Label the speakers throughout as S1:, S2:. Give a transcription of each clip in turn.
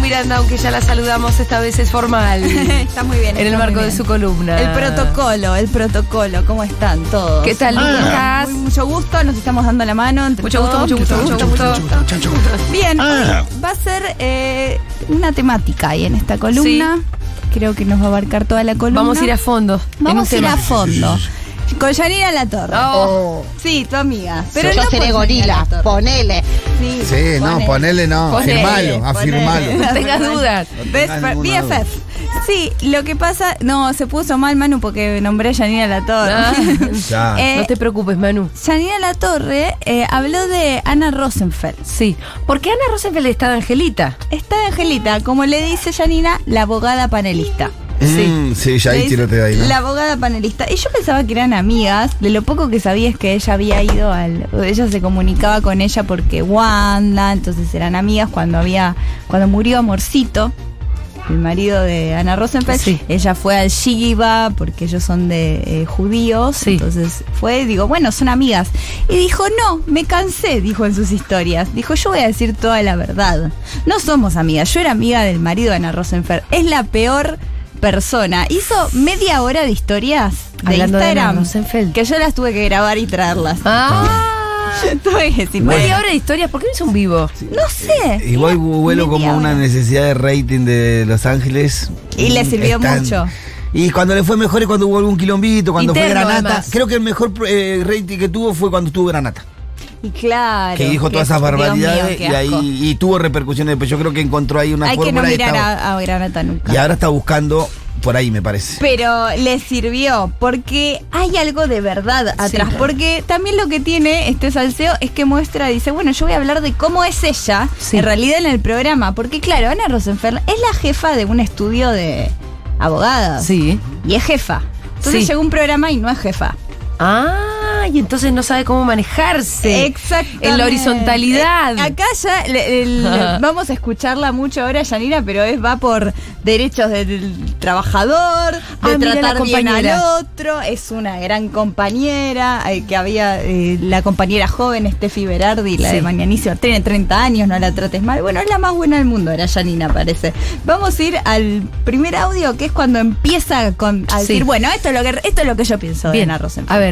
S1: Miranda, aunque ya la saludamos esta vez es formal.
S2: está muy bien.
S1: en el
S2: está
S1: marco
S2: muy
S1: de
S2: bien.
S1: su columna.
S2: El protocolo, el protocolo. ¿Cómo están todos?
S1: ¿Qué tal,
S2: Muy-
S1: Lucas?
S2: mucho gusto, nos estamos dando la mano. entre
S1: Mucho gusto,
S2: todos.
S1: mucho gusto, mucho gusto.
S2: Bien,
S3: Ah.
S2: hoy va a ser eh, una temática ahí en esta columna. Creo que nos va a abarcar toda la columna.
S1: Vamos a ir a fondo. en un
S2: Vamos a ir
S1: tema.
S2: a fondo. Con Yanira La Torre.
S1: Oh.
S2: Sí, tu amiga. Pero
S4: Yo
S2: no
S4: seré
S2: por Yanira
S4: gorila,
S2: Latorre.
S4: ponele.
S2: Sí,
S3: Sí, no, ponele no,
S1: Ponele,
S3: afirmalo, afirmalo.
S1: No tengas dudas.
S3: No
S2: Best
S3: tengas
S2: fr-
S3: ninguna duda.
S2: BFF. Sí, lo que pasa. No, se puso mal Manu porque nombré a Yanina La
S1: Ah.
S2: Torre.
S3: Ya.
S2: Eh,
S1: no te preocupes, Manu.
S2: Yanina La Torre eh, habló de Ana Rosenfeld.
S1: Sí. Porque Ana Rosenfeld está de Angelita.
S2: Está de Angelita, como le dice Yanina, la abogada panelista.
S3: Mm, sí, ya
S2: Le
S3: ahí
S2: dice
S3: tírate de ahí, ¿no?
S2: La abogada panelista. Y yo pensaba que eran amigas. De lo poco que sabía es que ella había ido al. Ella se comunicaba con ella porque Wanda, entonces eran amigas cuando había. Cuando murió Amorcito, el marido de Ana Rosenfeld,
S1: Sí.
S2: ella fue al Shiva porque ellos son de eh, judíos.
S1: Sí.
S2: Entonces fue, digo, bueno, son amigas. Y dijo, no, me cansé, dijo en sus historias. Dijo, yo voy a decir toda la verdad. No somos amigas, yo era amiga del marido de Ana Rosenfeld. Es la peor persona. Hizo media hora de historias de
S1: Hablando de Ana
S2: Instagram.
S1: Rosenfeld.
S2: que yo las tuve que grabar y traerlas.
S1: Ah.
S2: tuve que decir,
S1: Media
S2: bueno,
S1: hora de historias. ¿Por qué no hizo un vivo?
S2: no sé.
S5: eh, Igual
S2: Mira,
S5: vuelo
S2: media
S5: como una
S2: hora.
S5: necesidad de rating de Los Ángeles. Mm,
S2: Y le sirvió mucho.
S5: Y cuando le fue mejor es cuando hubo algún quilombito, cuando
S1: Interno,
S5: fue Granata.
S1: además.
S5: Creo que el mejor eh, rating que tuvo fue cuando estuvo Granata.
S2: Y claro.
S5: que dijo todas esas
S2: Dios mío,
S5: barbaridades
S2: qué
S5: y
S2: asco.
S5: ahí y tuvo repercusiones. Pues yo creo que encontró ahí una
S2: Hay que no
S5: fórmula y
S2: mirar
S5: estaba-
S2: a, a Granata nunca.
S5: y ahora está buscando por ahí, me parece.
S2: Pero le sirvió porque hay algo de verdad atrás.
S1: claro.
S2: Porque también lo que tiene este salseo es que muestra, dice, bueno, yo voy a hablar de cómo es ella
S1: Sí.
S2: en realidad en el programa. Porque claro, Ana Rosenfeld es la jefa de un estudio de abogadas.
S1: Sí.
S2: Y es jefa. Entonces
S1: Sí.
S2: llegó un programa y no es jefa.
S1: Ah, y entonces no sabe cómo manejarse.
S2: Exacto.
S1: En la horizontalidad.
S2: Eh, acá ya le- el- vamos a escucharla mucho ahora, Yanira, pero es va por derechos del trabajador, de
S1: Ah, mira la
S2: tratar bien al
S1: compañera.
S2: otro. Es una gran compañera. eh, que había eh, la compañera joven, Steffi Berardi, la
S1: Sí.
S2: de Mañanicio. Tiene 30 años, no la trates mal. Bueno, es la más buena del mundo, era Yanina, parece. Vamos a ir al primer audio, que es cuando empieza con, a
S1: Sí.
S2: decir, bueno, esto es lo que, esto es lo que yo pienso
S1: Bien.
S2: de Ana Rosenfeld.
S1: A ver.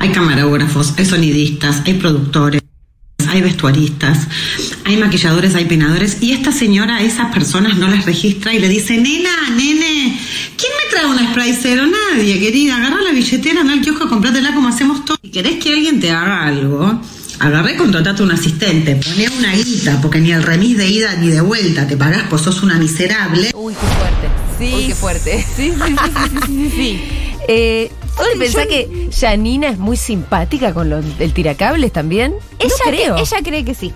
S6: Hay camarógrafos, hay sonidistas, hay productores, hay vestuaristas, hay maquilladores, hay penadores. Y esta señora a esas personas no las registra y le dice, nena, nene, ¿quién me trae un spray cero? Nadie, querida. Agarra la billetera, anda al kiosco, comprátela como hacemos todos. Si querés que alguien te haga algo, agarrá y contratate un asistente. Poné una guita, porque ni el remis de ida ni de vuelta te pagás, pues sos una miserable.
S1: Uy, qué fuerte.
S2: Sí,
S1: Uy, qué fuerte.
S2: Sí, sí, sí, sí, sí, sí, sí.
S1: Eh, ¿Vos
S2: Ay,
S1: pensás
S2: yo-
S1: que Janina es muy simpática con lo, el tiracables también?
S2: Ella,
S1: no creo.
S2: cree, ella cree que sí.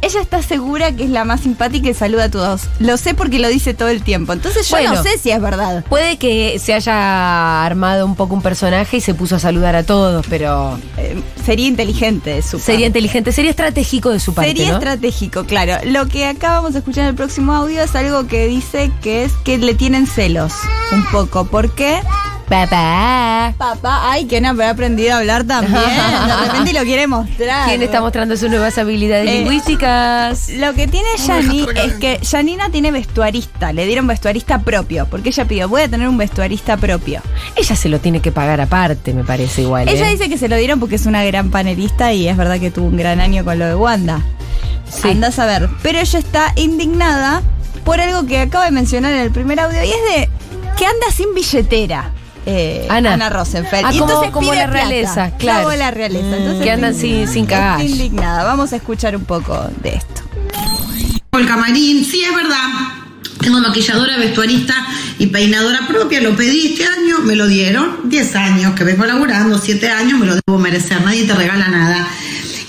S2: Ella está segura que es la más simpática y saluda a todos. Lo sé porque lo dice todo el tiempo. Entonces yo
S1: Bueno.
S2: no sé si es verdad.
S1: Puede que se haya armado un poco un personaje y se puso a saludar a todos, pero
S2: Eh, sería inteligente de su
S1: sería
S2: parte.
S1: inteligente, sería estratégico de su parte.
S2: Sería
S1: ¿no?
S2: estratégico, claro. Lo que acá vamos a escuchar en el próximo audio es algo que dice que es que le tienen celos un poco. ¿Por qué?
S1: Papá.
S2: Papá, ay, que no ha aprendido a hablar también. De repente lo quiere mostrar.
S1: ¿Quién está mostrando sus nuevas habilidades
S2: Eh,
S1: lingüísticas?
S2: Lo que tiene Yani es que Janina tiene vestuarista, le dieron vestuarista propio, porque ella pidió, voy a tener un vestuarista propio.
S1: Ella se lo tiene que pagar aparte, me parece igual.
S2: Ella
S1: ¿eh?
S2: dice que se lo dieron porque es una gran panelista y es verdad que tuvo un gran año con lo de Wanda.
S1: Sí.
S2: Andás a ver. Pero ella está indignada por algo que acaba de mencionar en el primer audio y es de que anda sin billetera. eh,
S1: Ana.
S2: Ana. Rosenfeld.
S1: Ah,
S2: y
S1: como-
S2: entonces
S1: como
S2: pide
S1: la
S2: plata.
S1: realeza, claro. Mm,
S2: Como la realeza. Entonces
S1: que andan
S2: está
S1: sin, sin cagar.
S2: está indignada. Vamos a escuchar un poco de esto.
S6: el camarín, sí es verdad. Tengo maquilladora, vestuarista y peinadora propia, lo pedí este año, me lo dieron. 10 años que vengo laburando, 7 años, me lo debo merecer, nadie te regala nada.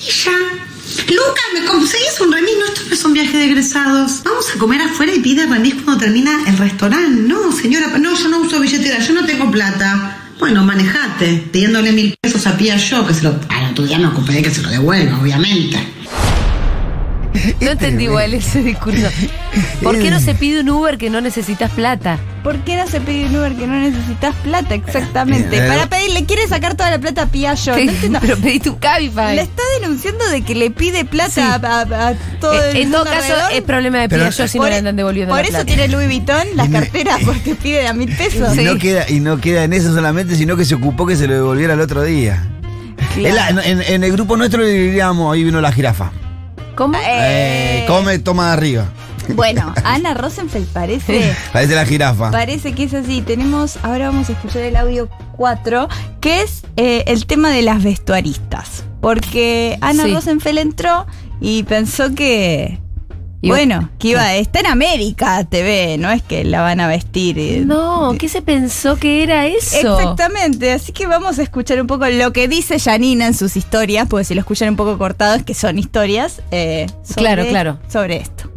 S6: Y ya, Lucas, ¿me conseguís un remis? No, esto no es un viaje de egresados. Vamos a comer afuera y pide remis cuando termina el restaurante. No, señora, no, yo no uso billetera, yo no tengo plata. Bueno, manejate, pidiéndole mil pesos a Pía yo, que se lo... Al otro día me ocupé de que se lo devuelva, obviamente.
S1: No entendí igual ese discurso. ¿Por qué no se pide un Uber que no necesitas plata?
S2: ¿Por qué no se pide un Uber que no necesitas plata? Exactamente.
S5: Eh,
S2: Para pedirle, quiere sacar toda la plata a Piaggio. No entiendo.
S1: Pero pediste un Cabify.
S2: Le está denunciando de que le pide plata a, a- a todo
S1: Eh,
S2: el
S1: en
S2: mundo
S1: todo caso,
S2: alrededor.
S1: es problema de
S5: Pero-
S1: Piaggio si no
S2: Por- e-
S1: le andan devolviendo
S2: Por
S1: la
S2: eso
S1: plata.
S2: tiene Louis Vuitton las
S5: Y me-
S2: carteras porque pide a mil pesos.
S5: Y,
S1: Sí.
S5: no queda, y no queda en eso solamente, sino que se ocupó que se lo devolviera el otro día. En, la- en- en el grupo nuestro diríamos, ahí vino la jirafa.
S1: ¿Cómo?
S2: Eh,
S5: Eh, come, toma de arriba.
S2: Bueno, Ana Rosenfeld parece,
S5: Parece la
S1: Ah.
S5: jirafa.
S2: parece que es así. Tenemos, ahora vamos a escuchar el audio 4, que es eh, el tema de las vestuaristas. Porque Ana
S1: Sí.
S2: Rosenfeld entró y pensó que.
S1: Y-
S2: bueno, que
S1: Ah.
S2: iba. Está en América TV, no es que la van a vestir. eh,
S1: No, ¿qué se pensó que era eso?
S2: Exactamente, así que vamos a escuchar un poco lo que dice Janina en sus historias, porque si lo escuchan un poco cortado es que son historias. eh, sobre-
S1: Claro, claro.
S2: Sobre esto.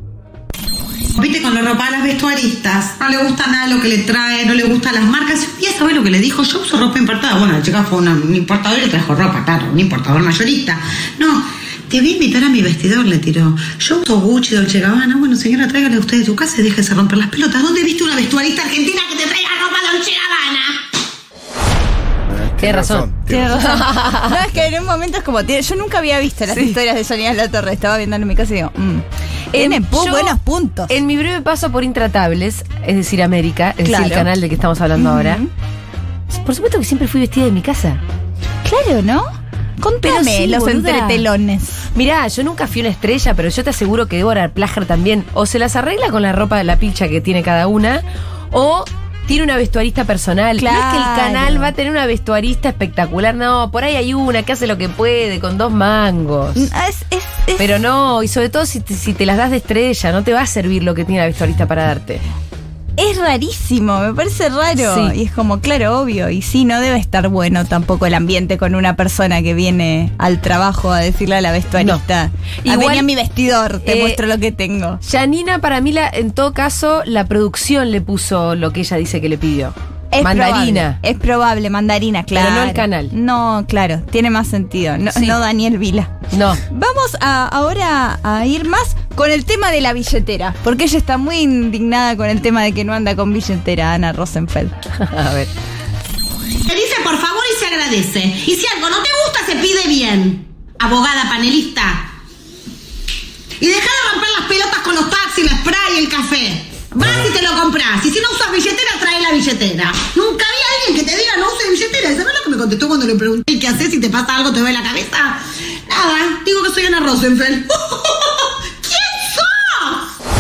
S6: Compite con la ropa de las vestuaristas. No le gusta nada lo que le trae, no le gustan las marcas. Y ya sabes lo que le dijo, yo uso ropa importada. Bueno, la chica fue una- un importador y le trajo ropa, claro, un importador mayorista. No, te voy a invitar a mi vestidor, le tiró. Yo uso Gucci, Dolce Gabbana. Bueno, señora, tráigale usted de su casa y déjese romper las pelotas. ¿Dónde viste una vestuarista argentina que te traiga ropa Dolce Gabbana?
S1: Tienes razón.
S2: Tiene razón. no, es que en un momento es como, tiene- yo nunca había visto las historias de Janina La Torre, estaba viendo en mi casa y digo, mm, tiene
S1: En-
S2: pu-
S1: Em, yo- eh,
S2: buenos puntos.
S1: En mi breve paso por Intratables, es decir, América, es
S2: Claro.
S1: decir, el canal del que estamos hablando ahora,
S2: Ujú.
S1: por supuesto que siempre fui vestida de mi casa.
S2: Claro, ¿no? Contame
S1: Pero sí,
S2: los
S1: boluda.
S2: entretelones.
S1: Mirá, yo nunca fui una estrella, pero yo te aseguro que Débora Plager también o se las arregla con la ropa de la pilcha que tiene cada una, o tiene una vestuarista personal. No es que el
S2: Claro.
S1: canal va a tener una vestuarista espectacular, no, por ahí hay una que hace lo que puede con dos mangos.
S2: Ah, Es, es, es-
S1: Pero no, y sobre todo si te, si te las das de estrella, no te va a servir lo que tiene la vestuarista para darte.
S2: Es rarísimo, me parece raro.
S1: Sí.
S2: Y es como, claro, obvio. Y sí, no debe estar bueno tampoco el ambiente con una persona que viene al trabajo a decirle a la vestuarista.
S1: No.
S2: "Ah,
S1: Igual,
S2: vení a mi vestidor, te
S1: eh,
S2: muestro lo que tengo.
S1: Yanina, para mí, la- en todo caso, la producción le puso lo que ella dice que le pidió.
S2: Es
S1: Mandarina.
S2: probable, es probable, mandarina, claro.
S1: Pero no el canal.
S2: No, claro, tiene más sentido. No,
S1: Sí.
S2: no Daniel Vila.
S1: No.
S2: Vamos a, ahora a ir más con el tema de la billetera, porque ella está muy indignada con el tema de que no anda con billetera, Ana Rosenfeld.
S1: a ver.
S6: Se dice por favor y se agradece. Y si algo no te gusta, se pide bien. Abogada panelista. Y deja de romper las pelotas con los taxis, la spray y el café. Vas y te lo compras. Y si no usas billetera, trae la billetera. Nunca había alguien que te diga no use billetera. ¿Y ¿Sabes lo que me contestó cuando le pregunté "¿Y qué haces si te pasa algo, te duele la cabeza? Nada, digo que soy Ana Rosenfeld. ¿Quién sos?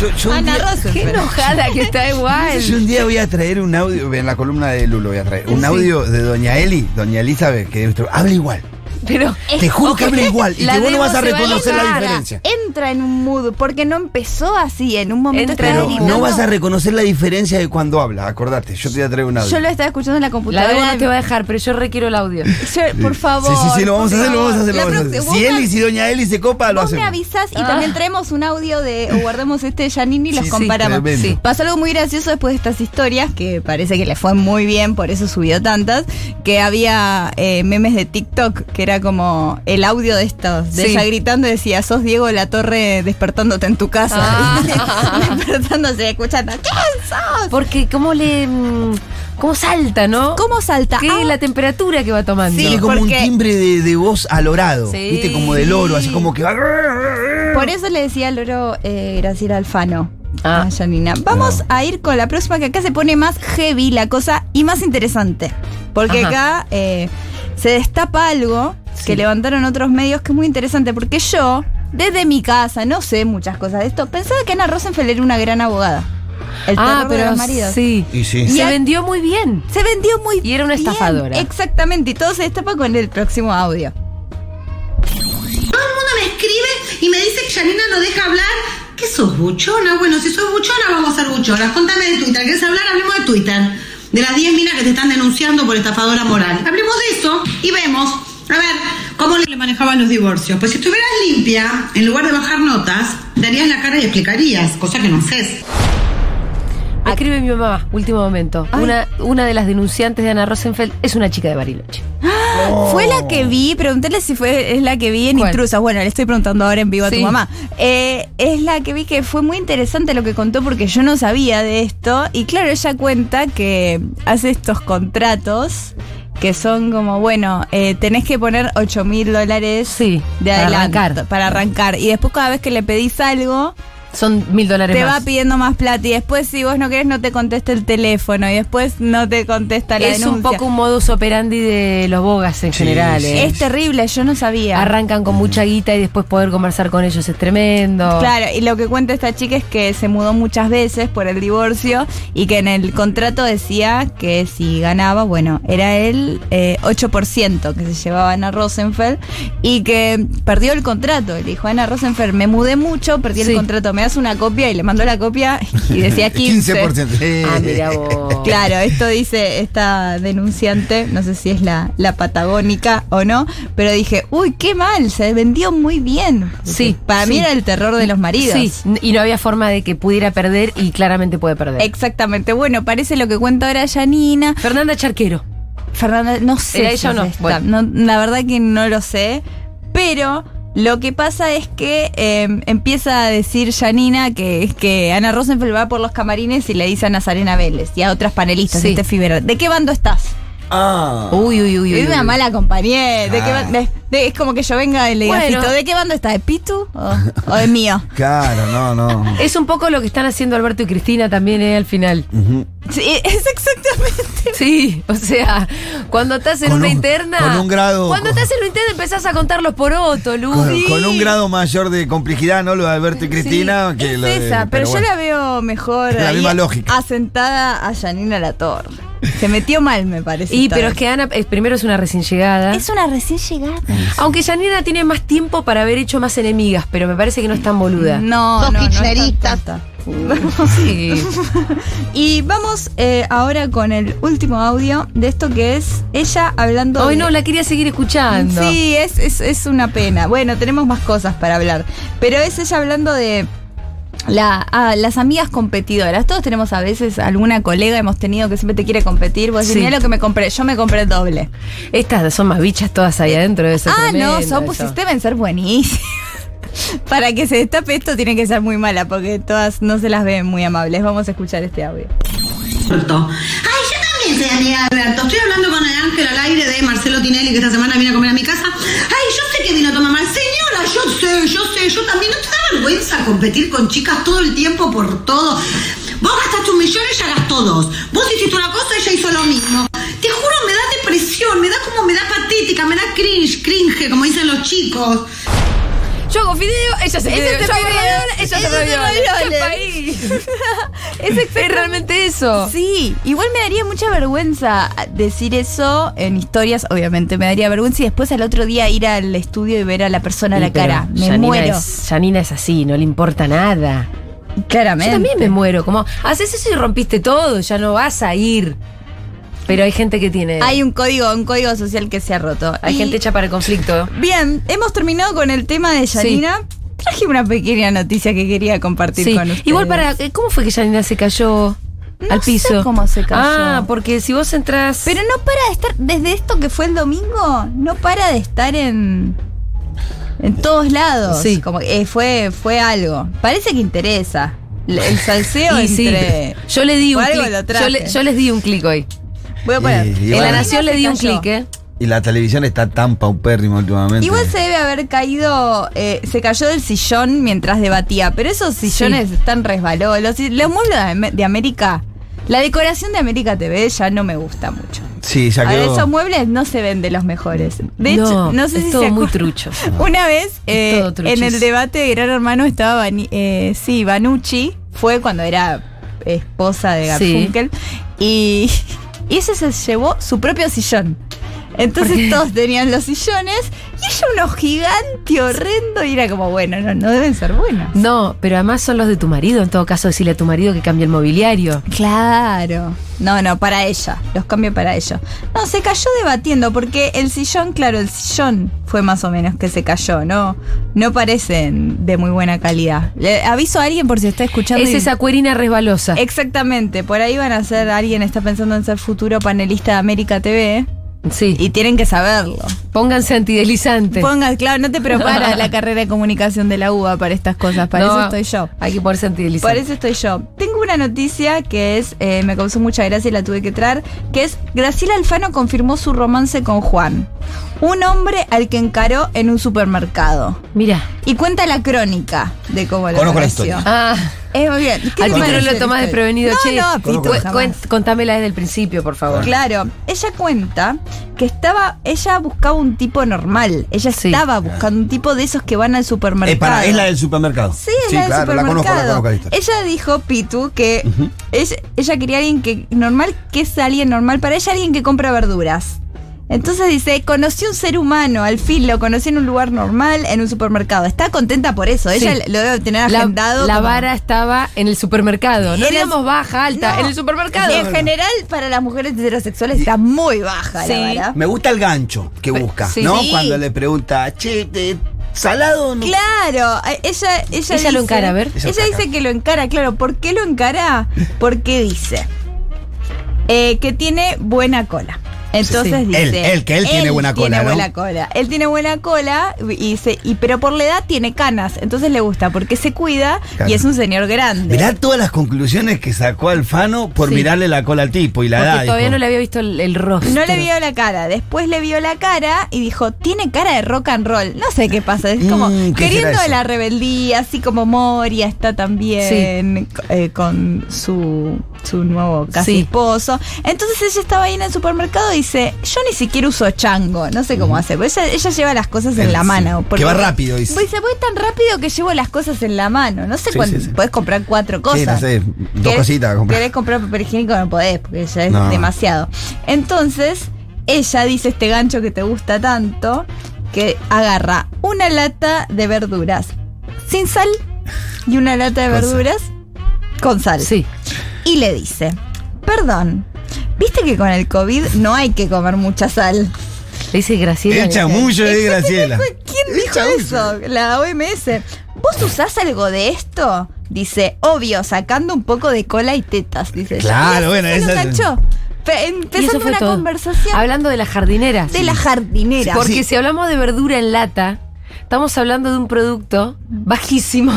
S5: Yo- yo un
S2: Ana
S5: día-
S1: Qué
S2: Rosenfeld.
S1: enojada que está igual.
S5: Yo un día voy a traer un audio, en la columna de Lulo voy a traer, un audio de Doña Eli, Doña Elizabeth, que es- habla igual.
S1: Pero.
S5: Te juro que habla igual y
S1: La
S5: que vos no
S1: demo
S5: vas a
S1: se va
S5: reconocer la
S1: enojar.
S5: diferencia.
S2: entra en un mood, porque no empezó así, en un momento
S1: Entra
S2: estaba
S5: Pero
S1: gritando.
S5: no vas a reconocer la diferencia de cuando habla, acordate, yo te voy a traer un audio.
S2: Yo lo estaba escuchando en la
S1: La
S2: computadora.
S1: demo no te va a dejar, pero yo requiero el audio.
S2: Yo- por favor.
S5: Sí, sí, sí, lo vamos a
S2: por
S5: hacer, lo vamos a hacer, lo
S2: favor.
S5: vamos a
S2: La
S5: hacer.
S2: próxima-
S5: Si
S2: vos
S5: Eli, si Doña Eli se copa, lo
S2: Vos me
S5: hacemos.
S2: avisás y
S1: Ah.
S2: también traemos un audio de o guardemos este de Janine y los
S5: Sí, sí,
S2: comparamos.
S5: tremendo.
S2: Sí. Pasó algo muy gracioso después de estas historias, que parece que le fue muy bien, por eso subió tantas, que había eh, memes de TikTok, que era como el audio de estos, de
S1: Sí.
S2: ella gritando y decía, sos Diego La Torre despertándote en tu casa.
S1: Ah.
S2: despertándose, escuchando, ¿quién sos?
S1: Porque, ¿cómo le. mm, ¿Cómo salta, no?
S2: ¿Cómo salta?
S1: ¿Qué
S2: Ah,
S1: la temperatura que va tomando?
S5: Tiene como
S2: porque-
S5: un timbre de, de voz alorado,
S1: Sí.
S5: viste, como del oro, así como que va.
S2: Por eso le decía al loro eh, Graciela Alfano.
S1: Ah.
S2: A Janina. Vamos
S5: No.
S2: a ir con la próxima que acá se pone más heavy la cosa y más interesante. Porque
S1: Ajá.
S2: acá eh, se destapa algo que
S1: Sí.
S2: levantaron otros medios que es muy interesante porque yo, desde mi casa, no sé muchas cosas de esto, pensaba que Ana Rosenfeld era una gran abogada. El
S1: ah,
S2: terror de
S1: pero.
S2: los maridos.
S1: Sí.
S5: Y sí.
S1: Se
S2: Y-
S1: vendió muy bien.
S2: Se vendió muy
S1: Y era una
S2: bien.
S1: estafadora.
S2: Exactamente, y todo se destapa con el próximo audio.
S6: Todo el mundo me escribe y me dice que Yanina no deja hablar. ¿Qué sos buchona? Bueno, si sos buchona, vamos a ser buchonas. Contame de Twitter. ¿Querés hablar? Hablemos de Twitter. De las 10 minas que te están denunciando por estafadora moral. Hablemos de eso y vemos. A ver, ¿cómo le manejaban los divorcios? Pues si estuvieras limpia, en lugar de bajar notas, darías la cara y explicarías, cosa que no haces.
S1: Me Escribe mi mamá, último momento.
S2: Ah. Ay.
S1: Una, una de las denunciantes de Ana Rosenfeld es una chica de Bariloche.
S2: Fue la que vi, preguntéle si fue, es la que vi en
S1: ¿Cuál?
S2: Intrusas. Bueno, le estoy preguntando ahora en vivo a
S1: Sí.
S2: tu mamá. Eh, es la que vi que fue muy interesante lo que contó porque yo no sabía de esto. Y claro, ella cuenta que hace estos contratos que son como, bueno, eh, tenés que poner 8 mil dólares
S1: Sí,
S2: de
S1: para
S2: adelanto
S1: arrancar.
S2: para arrancar. Y después cada vez que le pedís algo,
S1: Son mil dólares
S2: te
S1: más.
S2: va pidiendo más plata. Y después si vos no querés no te contesta el teléfono. Y después no te contesta la
S1: es un
S2: denuncia.
S1: poco un modus operandi de los bogas en
S5: Sí,
S1: general. ¿eh?
S2: Es terrible, yo no sabía.
S1: Arrancan con mucha guita y después poder conversar con ellos es tremendo.
S2: Claro, y lo que cuenta esta chica es que se mudó muchas veces por el divorcio y que en el contrato decía que si ganaba, bueno, era el eh, 8% que se llevaba Ana Rosenfeld y que perdió el contrato. Le dijo, Ana Rosenfeld, me mudé mucho, perdí
S1: Sí.
S2: el contrato, me das una copia y le mandó la copia y decía 15.
S5: 15%.
S1: Ah, mira vos.
S2: Claro, esto dice esta denunciante, no sé si es la, la patagónica o no, pero dije, uy, qué mal, se vendió muy bien.
S1: Sí,
S2: Para mí
S1: sí.
S2: era el terror de los maridos.
S1: Sí, n- y no había forma de que pudiera perder y claramente puede perder.
S2: Exactamente, bueno, parece lo que cuenta ahora Janina.
S1: Fernanda Charquero.
S2: Fernanda, no sé.
S1: ¿Era ella
S2: si
S1: o no?
S2: es esta.
S1: Bueno.
S2: No, La verdad que no lo sé, pero lo que pasa es que eh, empieza a decir Janina que, que Ana Rosenfeld va por los camarines y le dice a Nazarena Vélez y a otras panelistas
S1: Sí.
S2: de este fibra. ¿De qué bando estás?
S5: Ah.
S2: Uh.
S1: Uy, uy, uy.
S2: Y
S1: uy,
S2: una
S1: uy.
S2: mala compañera. ¿De qué
S5: Ah.
S2: ba- de- de- es como que yo venga y le diga,
S1: Bueno.
S2: "Fito, ¿de qué bando está? ¿De Pitu o, o de mío?
S5: Claro, no, no.
S1: Es un poco lo que están haciendo Alberto y Cristina también eh, al final.
S5: Ujú.
S2: Sí, es exactamente.
S1: Sí, o sea, cuando estás en
S5: Con
S1: una
S5: un-
S1: interna.
S5: con un grado-
S1: Cuando
S5: con-
S1: estás en una interna empezás a contar los porotos, Lu.
S5: Con,
S1: Sí.
S5: con un grado mayor de complejidad, ¿no? Lo de Alberto y Cristina.
S2: Sí,
S5: que
S2: es
S5: lo de-
S2: esa, pero, yo
S5: bueno.
S2: la veo mejor
S5: La
S2: ahí
S5: misma lógica.
S2: asentada a Janina La Torre. Se metió mal, me parece.
S1: Y
S2: esta
S1: pero es
S2: vez.
S1: que Ana eh, primero es una recién llegada.
S2: es una recién llegada.
S1: Aunque Janina tiene más tiempo para haber hecho más enemigas, pero me parece que no es tan boluda.
S2: No, no,
S6: Sos
S2: no es tan
S6: kirchnerista.
S2: tonta.
S1: Sí.
S2: Y vamos eh, ahora con el último audio de esto que es ella hablando
S1: Hoy
S2: de-
S1: no, la quería seguir escuchando.
S2: Sí, es, es- es una pena. Bueno, tenemos más cosas para hablar. Pero es ella hablando de la, ah, las amigas competidoras. Todos tenemos a veces alguna colega, hemos tenido que siempre te quiere competir. Vos decís,
S1: Sí.
S2: "Mirá lo que me compré, yo me compré el doble.
S1: Estas son más bichas todas ahí adentro de ese
S2: ah,
S1: tremendo
S2: no,
S1: eso.
S2: Sopus pusiste vencer buenísimo. Para que se destape esto tiene que ser muy mala, porque todas no se las ven muy amables. Vamos a escuchar este audio.
S6: Alberto. Ay, yo también soy amiga de Alberto. Estoy hablando con el ángel al aire de Marcelo Tinelli, que esta semana vino a comer a mi casa. Ay, yo sé que vino a tomar mal. Señora, yo sé, yo sé, yo también. ¿No te da vergüenza competir con chicas todo el tiempo por todo? Vos gastaste un millón, ella gastó dos. Vos hiciste una cosa, ella hizo lo mismo. Te juro, me da depresión, me da como, me da patética, me da cringe, cringe, como dicen los chicos.
S1: Yo hago fideo, ella se
S2: Ella
S1: fideo.
S2: se
S1: Yo hago ravioles,
S2: fideo, Este
S1: ella se
S2: ella se ravioles.
S1: ravioles. Es Es realmente eso.
S2: Sí, igual me daría mucha vergüenza decir eso en historias, obviamente me daría vergüenza y después al otro día ir al estudio y ver a la persona a
S1: Y
S2: la
S1: pero
S2: cara. Me
S1: Janina
S2: muero.
S1: Es, Janina es así, no le importa nada.
S2: Claramente.
S1: Yo también me muero. Como, haces eso y rompiste todo, ya no vas a ir. Pero hay gente que tiene.
S2: Hay un código, un código social que se ha roto.
S1: hay
S2: Y-
S1: gente hecha para el conflicto.
S2: Bien, hemos terminado con el tema de Yanina. Traje una pequeña noticia que quería compartir
S1: Sí.
S2: con ustedes.
S1: Igual para. eh, ¿Cómo fue que Janina se cayó
S2: No
S1: al
S2: sé
S1: piso?
S2: cómo se cayó.
S1: Ah, porque si vos entrás.
S2: Pero no para de estar, desde esto que fue el domingo, no para de estar en. En todos lados.
S1: Sí.
S2: Como que, eh, fue, fue algo. Parece que interesa. Le- El salseo
S1: Y sí,
S2: entre.
S1: yo le di un
S2: Por algo
S1: clic.
S2: lo traje.
S1: Yo, le- yo les di un clic hoy.
S2: Voy a poner.
S5: Eh,
S1: En
S5: Igual-
S1: La
S2: Janina
S1: Nación le
S2: se
S1: di un
S2: cayó.
S1: clic, ¿eh?
S5: Y la televisión está tan paupérrima últimamente.
S2: Igual se debe haber caído, eh, se cayó del sillón mientras debatía, pero esos sillones están resbalosos. Los, los muebles de, Am- de América, la decoración de América TV ya no me gusta mucho.
S5: Sí, ya
S2: Ahora,
S5: quedó.
S2: esos muebles no se ven de los mejores. De
S1: No,
S2: hecho, no sé
S1: es
S2: si
S1: todo
S2: se
S1: muy
S2: acuer-
S1: trucho.
S2: Una vez, eh,
S1: todo truchis.
S2: en el debate de Gran Hermano estaba, Bani- eh, sí, Banucci, fue cuando era esposa de
S1: Sí.
S2: Garfunkel, y, y ella se llevó su propio sillón.
S1: ¿Por qué?
S2: Entonces todos tenían los sillones y ella uno gigante horrendo y era como, bueno, no, no deben ser buenos.
S1: No, pero además son los de tu marido. En todo caso, decirle a tu marido que cambie el mobiliario.
S2: Claro. No, no, para ella. Los cambio para ellos. No, se cayó debatiendo porque el sillón, claro, el sillón fue más o menos que se cayó, ¿no? No parecen de muy buena calidad. Le aviso a alguien por si está escuchando.
S1: Es
S2: y-
S1: esa cuerina
S2: Eh,
S1: resbalosa.
S2: Exactamente, por ahí van a ser, alguien está pensando en ser futuro panelista de América TV.
S1: Sí.
S2: Y tienen que saberlo.
S1: Pónganse antideslizantes.
S2: Pongas, claro, no te prepara la carrera de comunicación de la UBA para estas cosas, para
S1: No,
S2: eso estoy yo.
S1: Hay que ponerse
S2: Por
S1: antideslizantes.
S2: eso estoy yo. Tengo una noticia que es, eh, me causó mucha gracia y la tuve que traer, que es Graciela Alfano confirmó su romance con Juan, un hombre al que encaró en un supermercado.
S1: Mira.
S2: Y cuenta la crónica de cómo lo
S5: Conozco la
S2: conoció.
S5: historia.
S1: Ah.
S2: Es muy bien. ¿Qué
S1: Al
S2: te
S1: título
S2: parece
S1: lo
S2: la
S1: tomás
S2: historia?
S1: desprevenido,
S2: no,
S1: che.
S2: No, apito,
S1: Cu-
S2: jamás.
S1: cuen- contámela desde el principio, por favor.
S2: Claro, ella cuenta que estaba, ella buscaba un tipo normal, ella
S1: Sí.
S2: estaba buscando un tipo de esos que van al supermercado.
S5: Es, para, es la del supermercado.
S2: Sí,
S3: Sí,
S2: la del
S3: claro, la conozco, la
S2: supermercado.
S3: conozco la historia.
S2: Ella dijo, Pitu, que es- ella quería alguien que normal, que es alguien normal para ella, alguien que compra verduras. Entonces dice, conocí un ser humano, al fin lo conocí en un lugar normal, en un supermercado. Está contenta por eso, ella
S1: Sí.
S2: lo debe tener
S1: La,
S2: agendado.
S1: la
S2: como-
S1: vara estaba en el supermercado. No
S2: En el-
S1: digamos baja, alta,
S2: No,
S1: en el supermercado.
S2: En general, para las mujeres heterosexuales está muy baja
S1: Sí.
S2: la vara.
S5: Me gusta el gancho que busca,
S1: sí.
S5: ¿no?
S1: Sí.
S5: Cuando le pregunta, che, eh, ¿salado o no?
S2: Claro, eh, ella, ella,
S1: Ella lo
S2: dice-
S1: encara, a ver.
S2: Ella
S5: Ella lo encara.
S2: dice que lo encara, claro. ¿Por qué lo encara? Porque dice eh, que tiene buena cola. Entonces
S1: Sí,
S2: dice.
S5: Él, él, que él tiene buena cola,
S2: Tiene
S5: ¿no?
S2: buena cola. Él tiene buena cola y dice, y, pero por la edad tiene canas. Entonces le gusta porque se cuida
S5: Claro.
S2: y es un señor grande.
S5: Mirá todas las conclusiones que sacó Alfano por
S1: Sí.
S5: mirarle la cola al tipo y la
S1: Porque
S5: edad.
S1: todavía
S5: dijo.
S1: no le había visto el, el rostro.
S2: No le vio la cara, después le vio la cara y dijo, tiene cara de rock and roll. No sé qué pasa, es como
S5: Mm, ¿qué será
S2: queriendo
S5: eso?
S2: la rebeldía, así como Moria está también eh, con su, su nuevo casi
S1: Sí.
S2: esposo. Entonces ella estaba ahí en el supermercado y dice, yo ni siquiera uso chango, no sé cómo hace, pero ella, ella lleva las cosas en
S5: Mm. Eh, Sí,
S2: la
S5: sí.
S2: mano.
S5: Que va rápido, dice.
S2: Dice, voy tan rápido que llevo las cosas en la mano, no sé
S5: Sí,
S2: cuánto,
S5: sí, sí.
S2: podés comprar cuatro cosas.
S5: Sí, no sé, dos
S2: ¿Querés-
S5: cositas comprar.
S2: querés comprar papel higiénico no podés, porque ya es
S5: No.
S2: demasiado. Entonces, ella dice este gancho que te gusta tanto, que agarra una lata de verduras sin sal y una lata de
S5: Con sal.
S2: verduras con sal.
S1: Sí.
S2: Y le dice, perdón, ¿viste que con el COVID no hay que comer mucha sal?
S1: Le dice Graciela.
S5: El chamullo de Graciela.
S2: ¿Quién
S5: El
S2: dijo
S5: chamullo.
S2: eso? La OMS. ¿Vos usás algo de esto? Dice, obvio, sacando un poco de cola y tetas. Dice,
S5: Claro,
S2: Y así
S5: bueno,
S2: se lo
S5: esa-
S2: cachó. Pe-
S1: Y eso
S2: Empezando
S1: fue
S2: una
S1: todo.
S2: conversación
S1: Hablando de las jardineras.
S2: de la jardinera.
S1: Porque
S5: Sí.
S1: si hablamos de verdura en lata, estamos hablando de un producto bajísimo.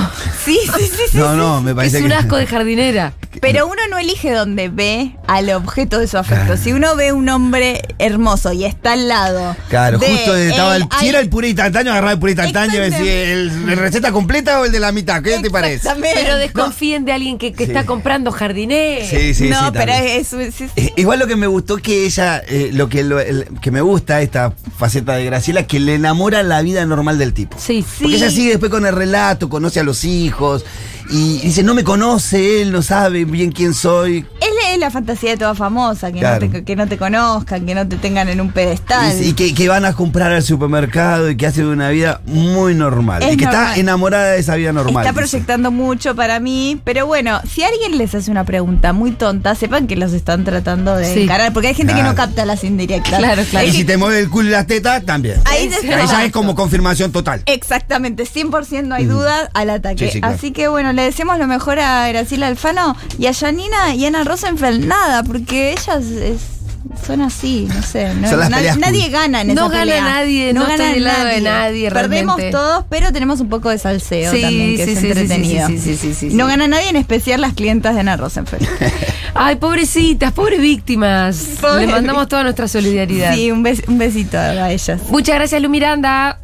S2: Sí, sí, sí, sí.
S5: No, no, me
S1: es
S5: parece
S1: un
S5: que.
S1: asco de jardinera.
S2: Pero uno no elige dónde ve al objeto de su afecto. Si uno ve un hombre hermoso y está al lado.
S5: Claro,
S2: de
S5: justo estaba el, si
S2: ay,
S5: era el puré instantáneo, agarraba el puré instantáneo y decía,
S2: Exactamente.
S5: ¿el, el receta completa o el de la mitad? ¿Qué te parece?
S2: Exactamente.
S1: Pero desconfíen de alguien que, que
S5: Sí.
S1: está comprando jardinera.
S5: Sí, sí,
S2: no,
S5: sí,
S2: pero
S5: también.
S2: es, es- es-
S5: Eh, Igual lo que me gustó que ella, eh, lo que lo- el- que me gusta esta faceta de Graciela, que le enamora la vida normal del tipo.
S1: Sí.
S5: Porque
S2: Sí.
S5: ella sigue después con el relato, conoce a los hijos y dice, no me conoce, él no sabe bien quién soy.
S2: Es la, es la fantasía de toda famosa, que,
S5: Claro.
S2: no te, que no te conozcan, que no te tengan en un pedestal.
S5: Y, y que, que van a comprar al supermercado y que hace una vida muy normal.
S2: Es
S5: y que está
S2: normal.
S5: enamorada de esa vida normal.
S2: Está
S5: dice.
S2: proyectando mucho para mí, pero bueno, si alguien les hace una pregunta muy tonta, sepan que los están tratando de
S1: Sí.
S2: encarar, porque hay gente que no
S5: Claro.
S2: capta las indirectas.
S1: Claro, claro.
S5: Y
S2: Es
S5: si
S2: que-
S5: te mueve el culo y las tetas, también.
S2: ahí se
S5: Ahí ya es como confirmación total.
S2: Exactamente, 100% no hay duda al ataque.
S5: Sí, sí, claro.
S2: Así que bueno, le deseamos lo mejor a Graciela Alfano y a Janina y Ana Rosenfeld, nada, porque ellas es- son así, no sé. no-
S5: Son las
S2: na-
S5: peleas
S2: nadie
S5: cool.
S2: gana en
S1: No
S2: esa
S1: gana
S2: pelea.
S1: nadie, no estoy del lado de nadie,
S2: Perdemos
S1: realmente.
S2: todos, pero tenemos un poco de salseo también, que es entretenido.
S1: sí, sí, sí, sí, sí.
S2: No gana nadie, en especial las clientas de Ana Rosenfeld.
S1: Ay, pobrecitas, pobres víctimas.
S2: Pobre
S1: Le mandamos
S2: víctima.
S1: toda nuestra solidaridad.
S2: sí, un, bes- un besito a ellas.
S1: Muchas gracias, Lu Miranda.